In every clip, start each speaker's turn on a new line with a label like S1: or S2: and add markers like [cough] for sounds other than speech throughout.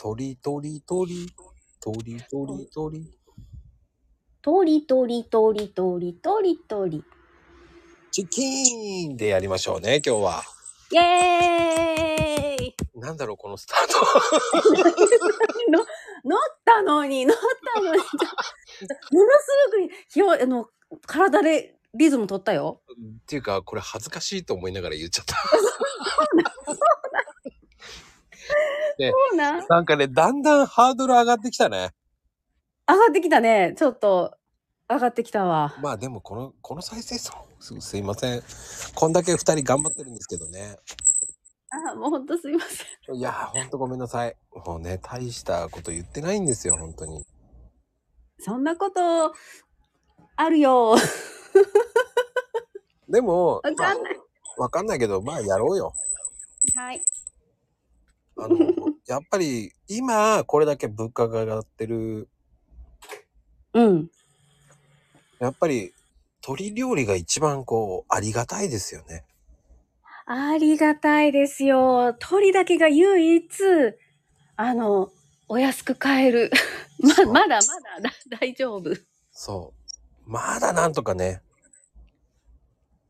S1: 鳥鳥鳥鳥鳥鳥
S2: とりとりとりとりとりとり。
S1: チキーンでやりましょうね今日は
S2: イエーイ
S1: なんだろうこのスター
S2: の乗ったのに、乗ったのに。ものすごくひよ、あの、体でリズム取ったよ。
S1: ト [laughs] っていうかこれ恥ずかしいと思いながら言っ
S2: [laughs]
S1: ちゃった
S2: そうなん。上
S1: なんかねだんだんハードル上がってきたね
S2: がってきたね。ちょっと、上がってきたわ。
S1: まあでもこのこの再生数すすいませんこんだけ2人頑張ってるんですけどね
S2: あ、もうほんとすいません。
S1: いやーほんとごめんなさいもうね大したこと言ってないんですよ本当に
S2: そんなこと、あるよ。わ
S1: でも
S2: かんない。
S1: まあわかんないけどまあやろうよ
S2: はい。
S1: あ
S2: [laughs]
S1: のやっぱり今これだけ物価が上がってる
S2: うん。
S1: やっぱり鶏料理が一番こうありがたいですよね。
S2: ありがたいですよ。鳥だけが唯一、あの、お安く買える。ま、
S1: そう
S2: まだまだ [laughs] だ大丈夫。
S1: そう。まだなんとかね。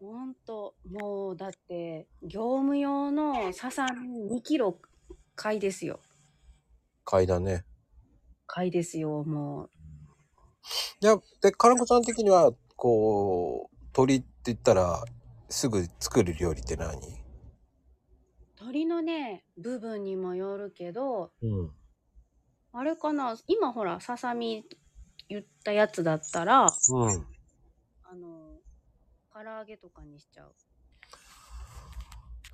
S2: ほんと、もうだって、業務用のササミ2キロ買いですよ。
S1: 買いだね。
S2: 買いですよ、もう。
S1: いや、で、かなこさん的には、こう、鶏って言ったら、すぐ作る料理って何
S2: 鳥のね、部分にもよるけど、
S1: うん。
S2: あれかな、今ほら、ササミ言ったやつだったら、
S1: うん。
S2: あの、唐揚げとかにしちゃう。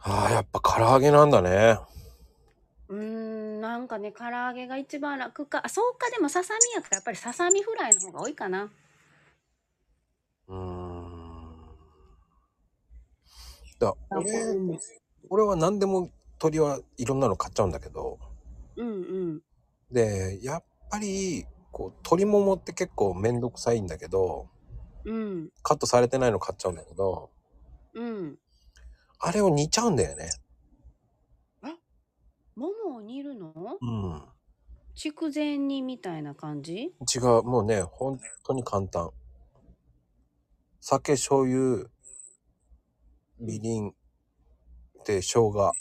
S1: ああ、やっぱ唐揚げなんだね。
S2: うーん、なんかね、唐揚げが一番楽か。あ、そうか、でもささみやからやっぱりささみフライの方が多いかな。
S1: うーん。だ俺、
S2: うん
S1: 俺は何でも鶏はいろんなの買っちゃうんだけど、
S2: うん。
S1: で、やっぱり、こう、鶏ももって結構めんどくさいんだけど、
S2: うん。
S1: カットされてないの買っちゃうんだけど、
S2: うん。
S1: あれを煮ちゃうんだよね。
S2: ももを煮るの
S1: うん。
S2: 筑前煮みたいな感じ
S1: 違う、もうね、本当に簡単。酒、醤油、みりん、で、生姜、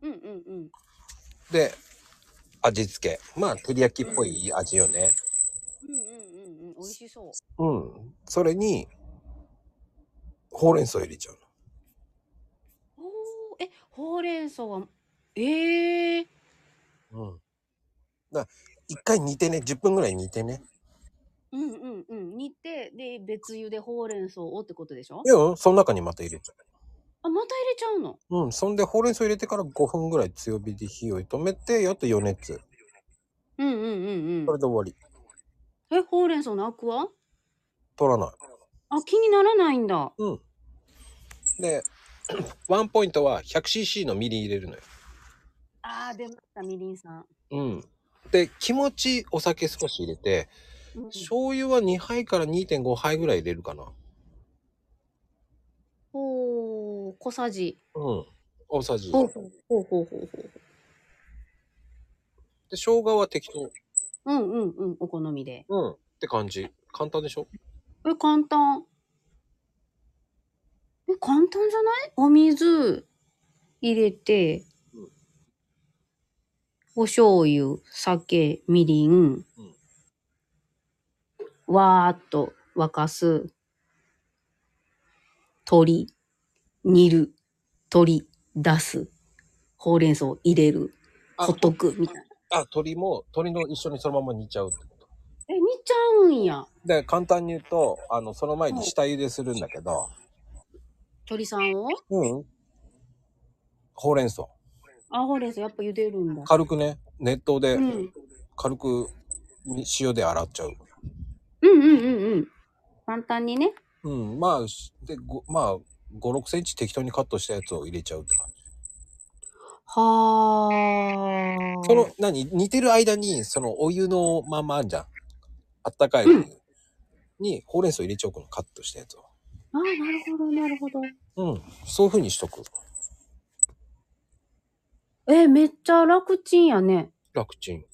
S2: うんうんうん。
S1: で、味付け。まあ、照り焼きっぽい味よね。
S2: うんうんうんうん。美味しそう。
S1: うん。それに、ほうれん草入れちゃうの。
S2: おおえ、ほうれん草は、ええー。
S1: うん。だ一回煮てね、10分ぐらい煮てね。
S2: うんうんうん。煮て、で、別湯でほうれん草をってことでしょ
S1: うん、その中にまた入れちゃう。
S2: あ、また入れちゃうの
S1: うん、そんでほうれん草入れてから5分ぐらい強火で火を止めて、あと余熱。
S2: うんうんうん
S1: そうれで終わり。
S2: ん。え、ほうれん草のアクは
S1: 取らな
S2: あ、気にならないんだ。
S1: い。で、 [clears throat] ワンポイントは 100cc のみりん入れるのよ。
S2: あー、出ました、みりんさん。
S1: うん。で、気持ちお酒少し入れて、
S2: うん
S1: 醤油は2杯から2.5杯ぐらい入れるかな。
S2: ほう、小さじ。
S1: うん。大さじ。
S2: ほう
S1: で、
S2: ほうほうほうほうほう。
S1: 生姜は適当。
S2: うんうんうん、お好みで。
S1: うん。って感じ。簡単でしょ
S2: え、簡単。え、簡単じゃないお水入れて
S1: うん、
S2: お醤油、酒、みりん、わーっと沸かす。鶏、煮る、鶏、出す。ほうれん草入れる。
S1: あ
S2: ほっとく、みたいな。
S1: あ、鶏も、鶏の一緒にそのまま煮ちゃうってこと。
S2: え、煮ちゃうんや。
S1: で、簡単に言うと、あの、その前に下茹でするんだけど、
S2: 鳥さんを
S1: うん。ほうれん草。
S2: あ、ほうれん草やっぱ茹でるんだ。
S1: 軽くね、熱湯で
S2: うん。
S1: 軽くに塩で洗っちゃう。
S2: うんうんうんうん。簡単にね。
S1: うん、まあ、しで、ごまあ、5、6センチ適当にカットしたやつを入れちゃうって感じ。
S2: はあ。
S1: その、何煮てる間に、そのお湯のままあんじゃん。あったかい、
S2: うん
S1: に、ほうれん草入れちゃおう、このカットしたやつを。
S2: あ、なるほど、なるほど。
S1: うん、そういう風にしとく。
S2: え、めっちゃ楽ちんやね。
S1: 楽ちん。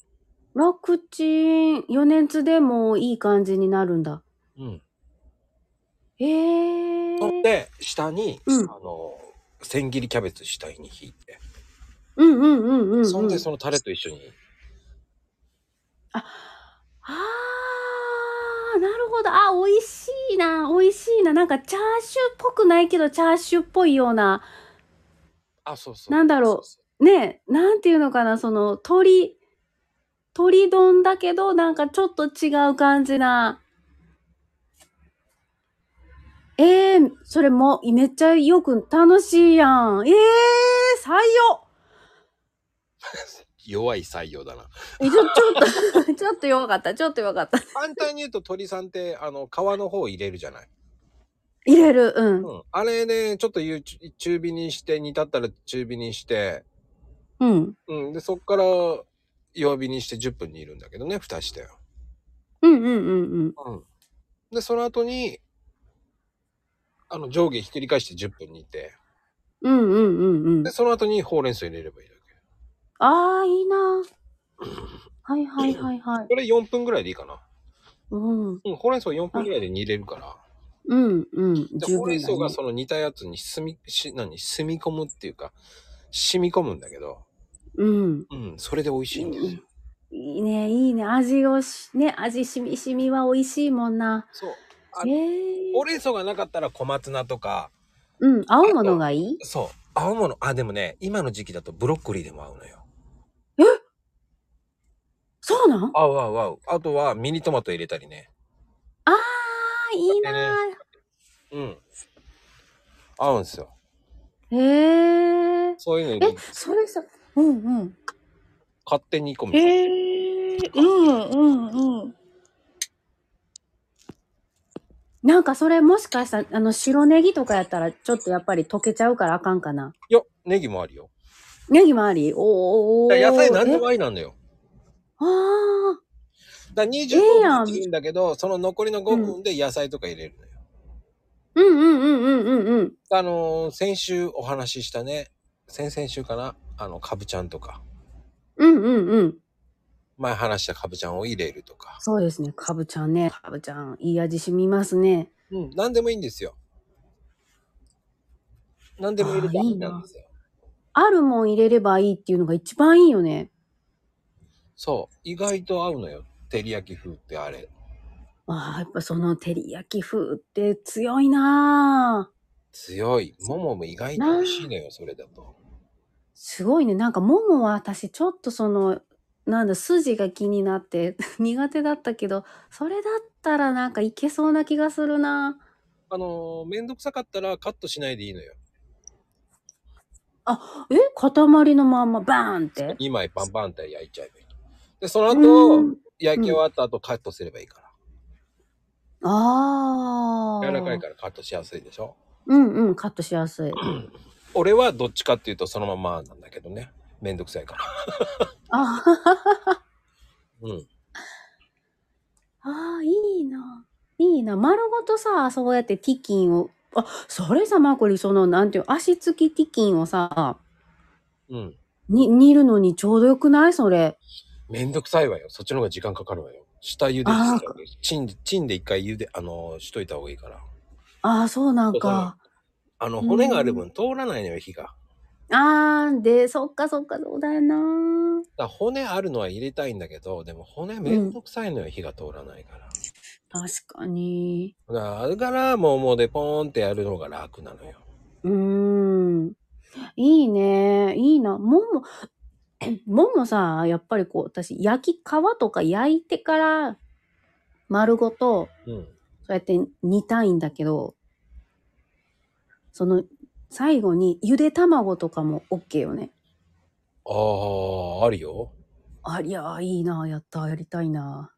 S2: 楽ちん、余熱でもいい感じになるんだ。
S1: うん。
S2: ええ
S1: ほん
S2: ー。
S1: で、下に、
S2: うん
S1: あの、千切りキャベツ下に引いて、
S2: うんうんうんうん、うん。
S1: そんでそのタレと一緒に、
S2: あー、なるほど。あ、美味しいな、美味しいな。なんかチャーシューっぽくないけど、チャーシューっぽいような、
S1: あ、そうそう。
S2: なんだろう
S1: そ
S2: ねえ、なんていうのかな、その、鳥、鳥丼だけど、なんかちょっと違う感じな。ええそれも、めっちゃよく楽しいやん。ええ採用
S1: う弱い採用だな。
S2: えちょ、ちょっと、 [laughs] ちょっと弱かった、ちょっと弱かった。
S1: 簡単に言うと鳥さんって、あの、皮の方入れるじゃない。
S2: 入れる、うん。
S1: うん。あれね、ちょっとゆうち中火にして、煮立ったら中火にして、
S2: うん。
S1: うん。で、そっから弱火にして10分煮るんだけどね、蓋して。
S2: うんうんうんうん。
S1: うん。で、その後に、あの、上下ひっくり返して10分煮て、
S2: うんうんうんうん
S1: で、。その後にほうれん草入れればいいだけ。
S2: ああ、いいな。はいはいはいはい。
S1: これ4分ぐらいでいいかな。
S2: うん。
S1: うん、ほうれん草4分ぐらいで煮れるから。
S2: うんうん。
S1: で
S2: 十
S1: ほうれん
S2: 分だ
S1: 草
S2: ね
S1: がその煮たやつにすみ、し、何、染み込むっていうか、染み込むんだけど、
S2: うん。
S1: うん、それで美味しいんですよ。
S2: いいね、いいね。味をし、ね、味しみしみは美味しいもんな。
S1: そう。あ
S2: ええ
S1: ほうれん草がなかったら小松菜とか、
S2: うん、青ものがいい
S1: そう。青物、あ、でもね、今の時期だとブロッコリーでも合うのよ。
S2: そうなんあ
S1: 合う合う合う。あとはミニトマト入れたりね。
S2: あー、いいな。
S1: うん。合うんですよ。
S2: へえ
S1: そういうの
S2: え
S1: に、
S2: それさ、うんうん。
S1: 勝手に煮込む。
S2: ええうんうんうん。なんかそれもしかしたら、あの、白ネギとかやったら、ちょっとやっぱり溶けちゃうからあかんかな。
S1: いや、ネギもあるよ。
S2: ネギもありおーお
S1: だ
S2: ー。
S1: から野菜何で
S2: え
S1: もありなんだよ。
S2: あ
S1: だから25
S2: ええやん
S1: 分でいいんだけど、その残りの5分で野菜とか入れるのよ。
S2: ーうんうんうんうんうんうん。
S1: あのー先週お話ししたね、先々週かな、あの、かぶちゃんとか、
S2: うんうんうん。
S1: 前話したかぶちゃんを入れるとか、
S2: そうですね。かぶちゃんね。かぶちゃん、いい味しみますね。
S1: うん、何でもいいんですよ。何でも入れて
S2: あ
S1: あ
S2: ーいい
S1: り
S2: な
S1: なんですよ。
S2: あるもん入れればいいっていうのが一番いいよね。
S1: そう、意外と合うのよ。照り焼き風ってあれ。
S2: ああ、やっぱその照り焼き風って強いなあ
S1: 強い。ももも意外と美味しいのよ、それだと。
S2: すごいね。なんか、ももは私、ちょっとその、なんだ、筋が気になって [laughs] 苦手だったけど、それだったらなんかいけそうな気がするな
S1: あのー、めんどくさかったらカットしないでいいのよ。
S2: あ、え塊のまんまバーンって
S1: 2枚バンバンって焼いちゃえばいい。で、その後、
S2: うん
S1: 焼き終わった後カットすればいいから。
S2: ああ。
S1: 柔らかいからカットしやすいでしょ。
S2: うんうん、カットしやすい。
S1: 俺はどっちかっていうとそのままなんだけどね。めんどくさいから。
S2: あ
S1: うん。
S2: あー、いいな。いいな。丸ごとさ、そうやってティキンを、あ、それさ、マーコリー、その、なんていうの、足つきティキンをさ、
S1: うん。
S2: に、煮るのにちょうどよくないそれ。
S1: めんどくさいわよ。そっちの方が時間かかるわよ。下茹でし
S2: あー
S1: ちゃうチン、チンで一回茹で、あのーしといた方がいいから。
S2: ああ、そうなんか。
S1: あの、骨がある分通らないのよ、火が。だか
S2: ああ、で、そっかそっか、そうだよな。
S1: ら骨あるのは入れたいんだけど、でも骨めんどくさいのよ、火が通らないから。
S2: 確かに。
S1: だから、だからもうもうでポーンってやるのが楽なのよ。
S2: うーん。いいね。いいな。も [clears throat] も、ももさ、やっぱりこう、私、焼き皮とか焼いてから、丸ごと、
S1: うん。
S2: そうやって煮たいんだけど、その、最後にゆで卵とかも OK よね。
S1: ああ、あるよ。
S2: ありゃ、いいな、やった、やりたいな。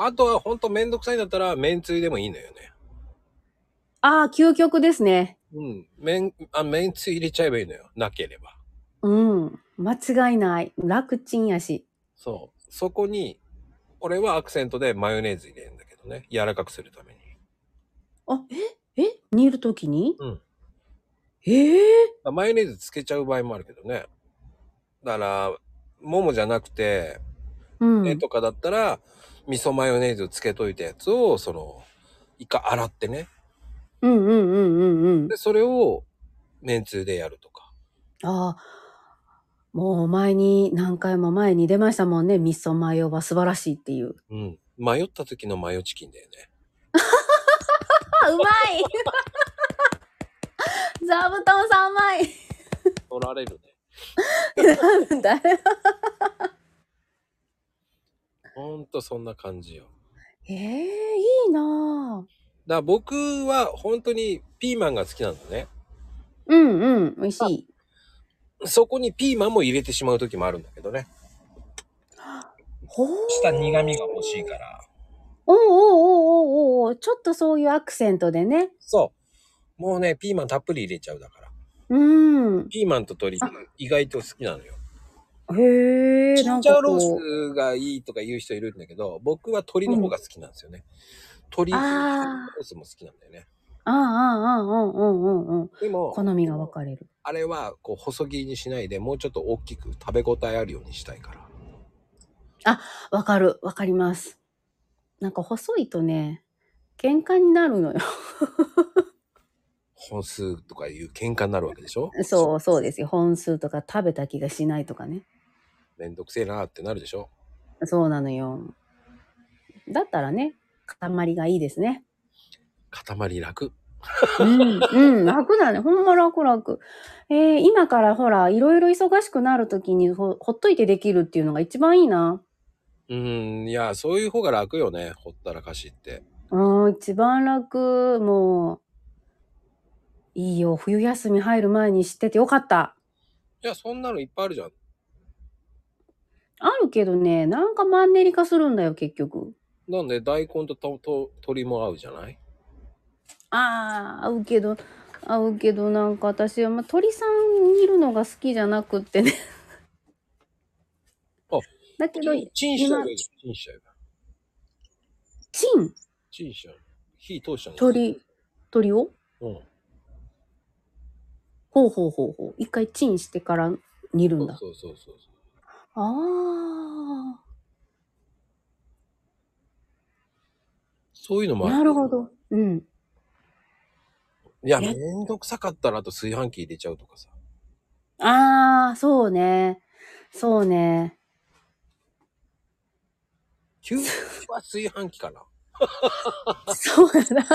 S1: あとはほんとめんどくさいんだったら、めんつゆでもいいのよね。
S2: ああ、究極ですね。
S1: うん。めん、あ、めんつゆ入れちゃえばいいのよ。なければ。
S2: うん。間違いない。楽ちんやし。
S1: そう。そこに、俺はアクセントでマヨネーズ入れるんだけどね。柔らかくするために。
S2: あ、ええ煮るときに
S1: うん。
S2: ええ
S1: マヨネーズつけちゃう場合もあるけどね。だから、ももじゃなくて、
S2: うん。
S1: えとかだったら、味噌マヨネーズつけといたやつを、その、一回洗ってね。
S2: うんうんうんうんうん。
S1: で、それを、めんつゆでやるとか。
S2: ああ。もう前に、何回も前に出ましたもんね。味噌マヨは素晴らしいっていう。
S1: うん。迷った時のマヨチキンだよね。
S2: あ、うまい [laughs] 座布団さんうまい
S1: 取られるね。
S2: なんだ
S1: ほんとそんな感じよ。
S2: [laughs] ええいいなぁ。
S1: だから僕は本当にピーマンが好きなんだね。
S2: うんうん、美味しい。
S1: そこにピーマンも入れてしまう時もあるんだけどね。
S2: ほう。
S1: 下苦味が欲しいから。
S2: おうおうおうおうおうちょっとそういうアクセントでね。
S1: そう。もうね、ピーマンたっぷり入れちゃうだから。
S2: うん。
S1: ピーマンと鶏、意外と好きなのよ。
S2: へえ、
S1: チ
S2: な
S1: ン
S2: ん
S1: ジャ
S2: か
S1: オロ
S2: こう。
S1: ースがいいとか言う人いるんだけど、僕は鶏の方が好きなんですよね。鶏、チンジャオ
S2: あ
S1: ロースも好きなんだよね。
S2: あ、ああ、ああ、うんうんうんうん。
S1: でも、
S2: 好みが分かれる。
S1: あれはこう細切りにしないで、もうちょっと大きく食べ応えあるようにしたいから。
S2: わかる、わかります。なんか細いとね、喧嘩になる [laughs] のよ。
S1: 本数とかいう喧嘩になるわけでしょ
S2: そう、そうですよ。本数とか食べた気がしないとかね。
S1: う。めんどくせえなってなるでしょ
S2: そうなのよ。だったらね、塊がいいですね。
S1: 塊楽。
S2: うん、うん、楽だね。ほんま楽楽。えー、今からほら、いろいろ忙しくなるときにほほっといてできるっていうのが一番いいな。
S1: うん、いや、そういう方が楽よね。ほったらかしって。
S2: うん、一番楽。もう、いいよ。冬休み入る前に知っててよかった。
S1: いや、そんなのいっぱいあるじゃん。
S2: あるけどね、なんかマンネリ化するんだよ、結局。
S1: なんで、大根ととと鶏も合うじゃない
S2: ああ、合うけど、合うけど、なんか私は、まあ、鳥さん煮るのが好きじゃなくってね。
S1: あ
S2: だけど、チ
S1: チンしちゃえばいいじゃん。チンしちゃえば。
S2: ン、
S1: チンしちゃう。火通したの。
S2: 鳥、鳥を
S1: うん。
S2: ほうほうほうほう。一回チンしてから煮る
S1: そ
S2: ん
S1: う
S2: だ。
S1: そうそうそう。
S2: あ
S1: そういうの
S2: あ、
S1: もある。
S2: なるほど。うん。
S1: いや、
S2: ね
S1: めんどくさかったらあと炊飯器入れちゃうとかさ。
S2: ああ、そうね。そうね。
S1: 急には炊飯器かな。
S2: そうやな。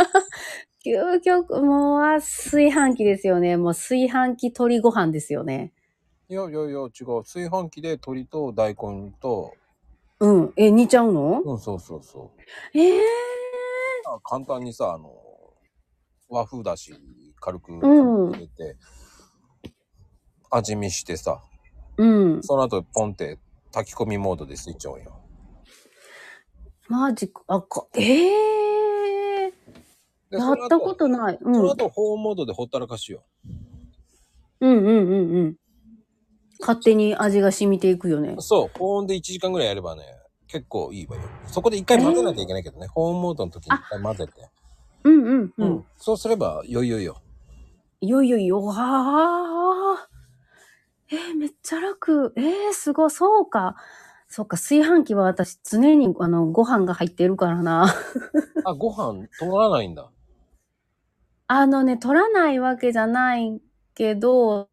S2: 究極、もう、あ炊飯器ですよね。もう炊飯器鶏ご飯ですよね。
S1: いやいやいや、違う。炊飯器で鶏と大根と、
S2: うん。え、煮ちゃうの、
S1: うん、そうそうそう。
S2: ええ
S1: あ簡単にさ、あの、和風だし、軽く
S2: うん
S1: 入れて、味見してさ、
S2: うん。
S1: その後ポンって炊き込みモードでスイッチオンよ。
S2: マジか。あ、かええ
S1: で
S2: やったことない。う
S1: そ
S2: ん。う
S1: の
S2: ん
S1: 後、保温モードでほったらかしよ。
S2: うんうんうん。勝手に味が染みていくよね。
S1: そう、保温で1時間ぐらいやればね、結構いいわよ。そこで一回混ぜなきゃいけないけどね、保温モードの時に一回混ぜて。
S2: うんうんう
S1: うんん。そうすれば、よいよいよ。
S2: いよいよいよ、わあ。えー、めっちゃ楽。えー、すごい。そうか。そうか、炊飯器は私常にあのご飯が入ってるからな。
S1: あ、ご飯通らないんだ。
S2: あのね、取らないわけじゃないけど、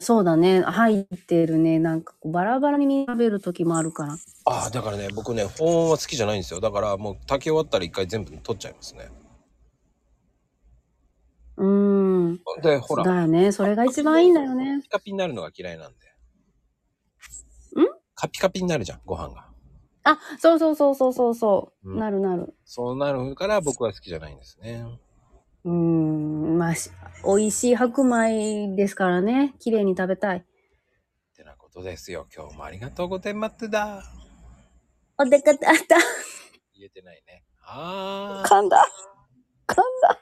S2: そうだね、入ってるね。なんかこうバラバラに食べる時もあるから。
S1: ああ、だからね、僕ね、保温は好きじゃないんですよ。だからもう炊き終わったら一回全部取っちゃいますね。
S2: うーん。
S1: で、ほら。
S2: だよね。それが一番いいんだよね。
S1: カピカピになるのが嫌いなんで。
S2: ん
S1: カピカピになるじゃん、ご飯が。
S2: あ、そうそうそうそうそうそう。
S1: うん
S2: なるなる。
S1: そうなるから僕は好きじゃないんですね。
S2: うーん、まあ、し美味しい白米ですからね。綺麗に食べたい。
S1: ってなことですよ。今日もありがとうございますだ。
S2: おでかた、あった、
S1: 言えてないね。あー。
S2: 噛んだ。噛んだ。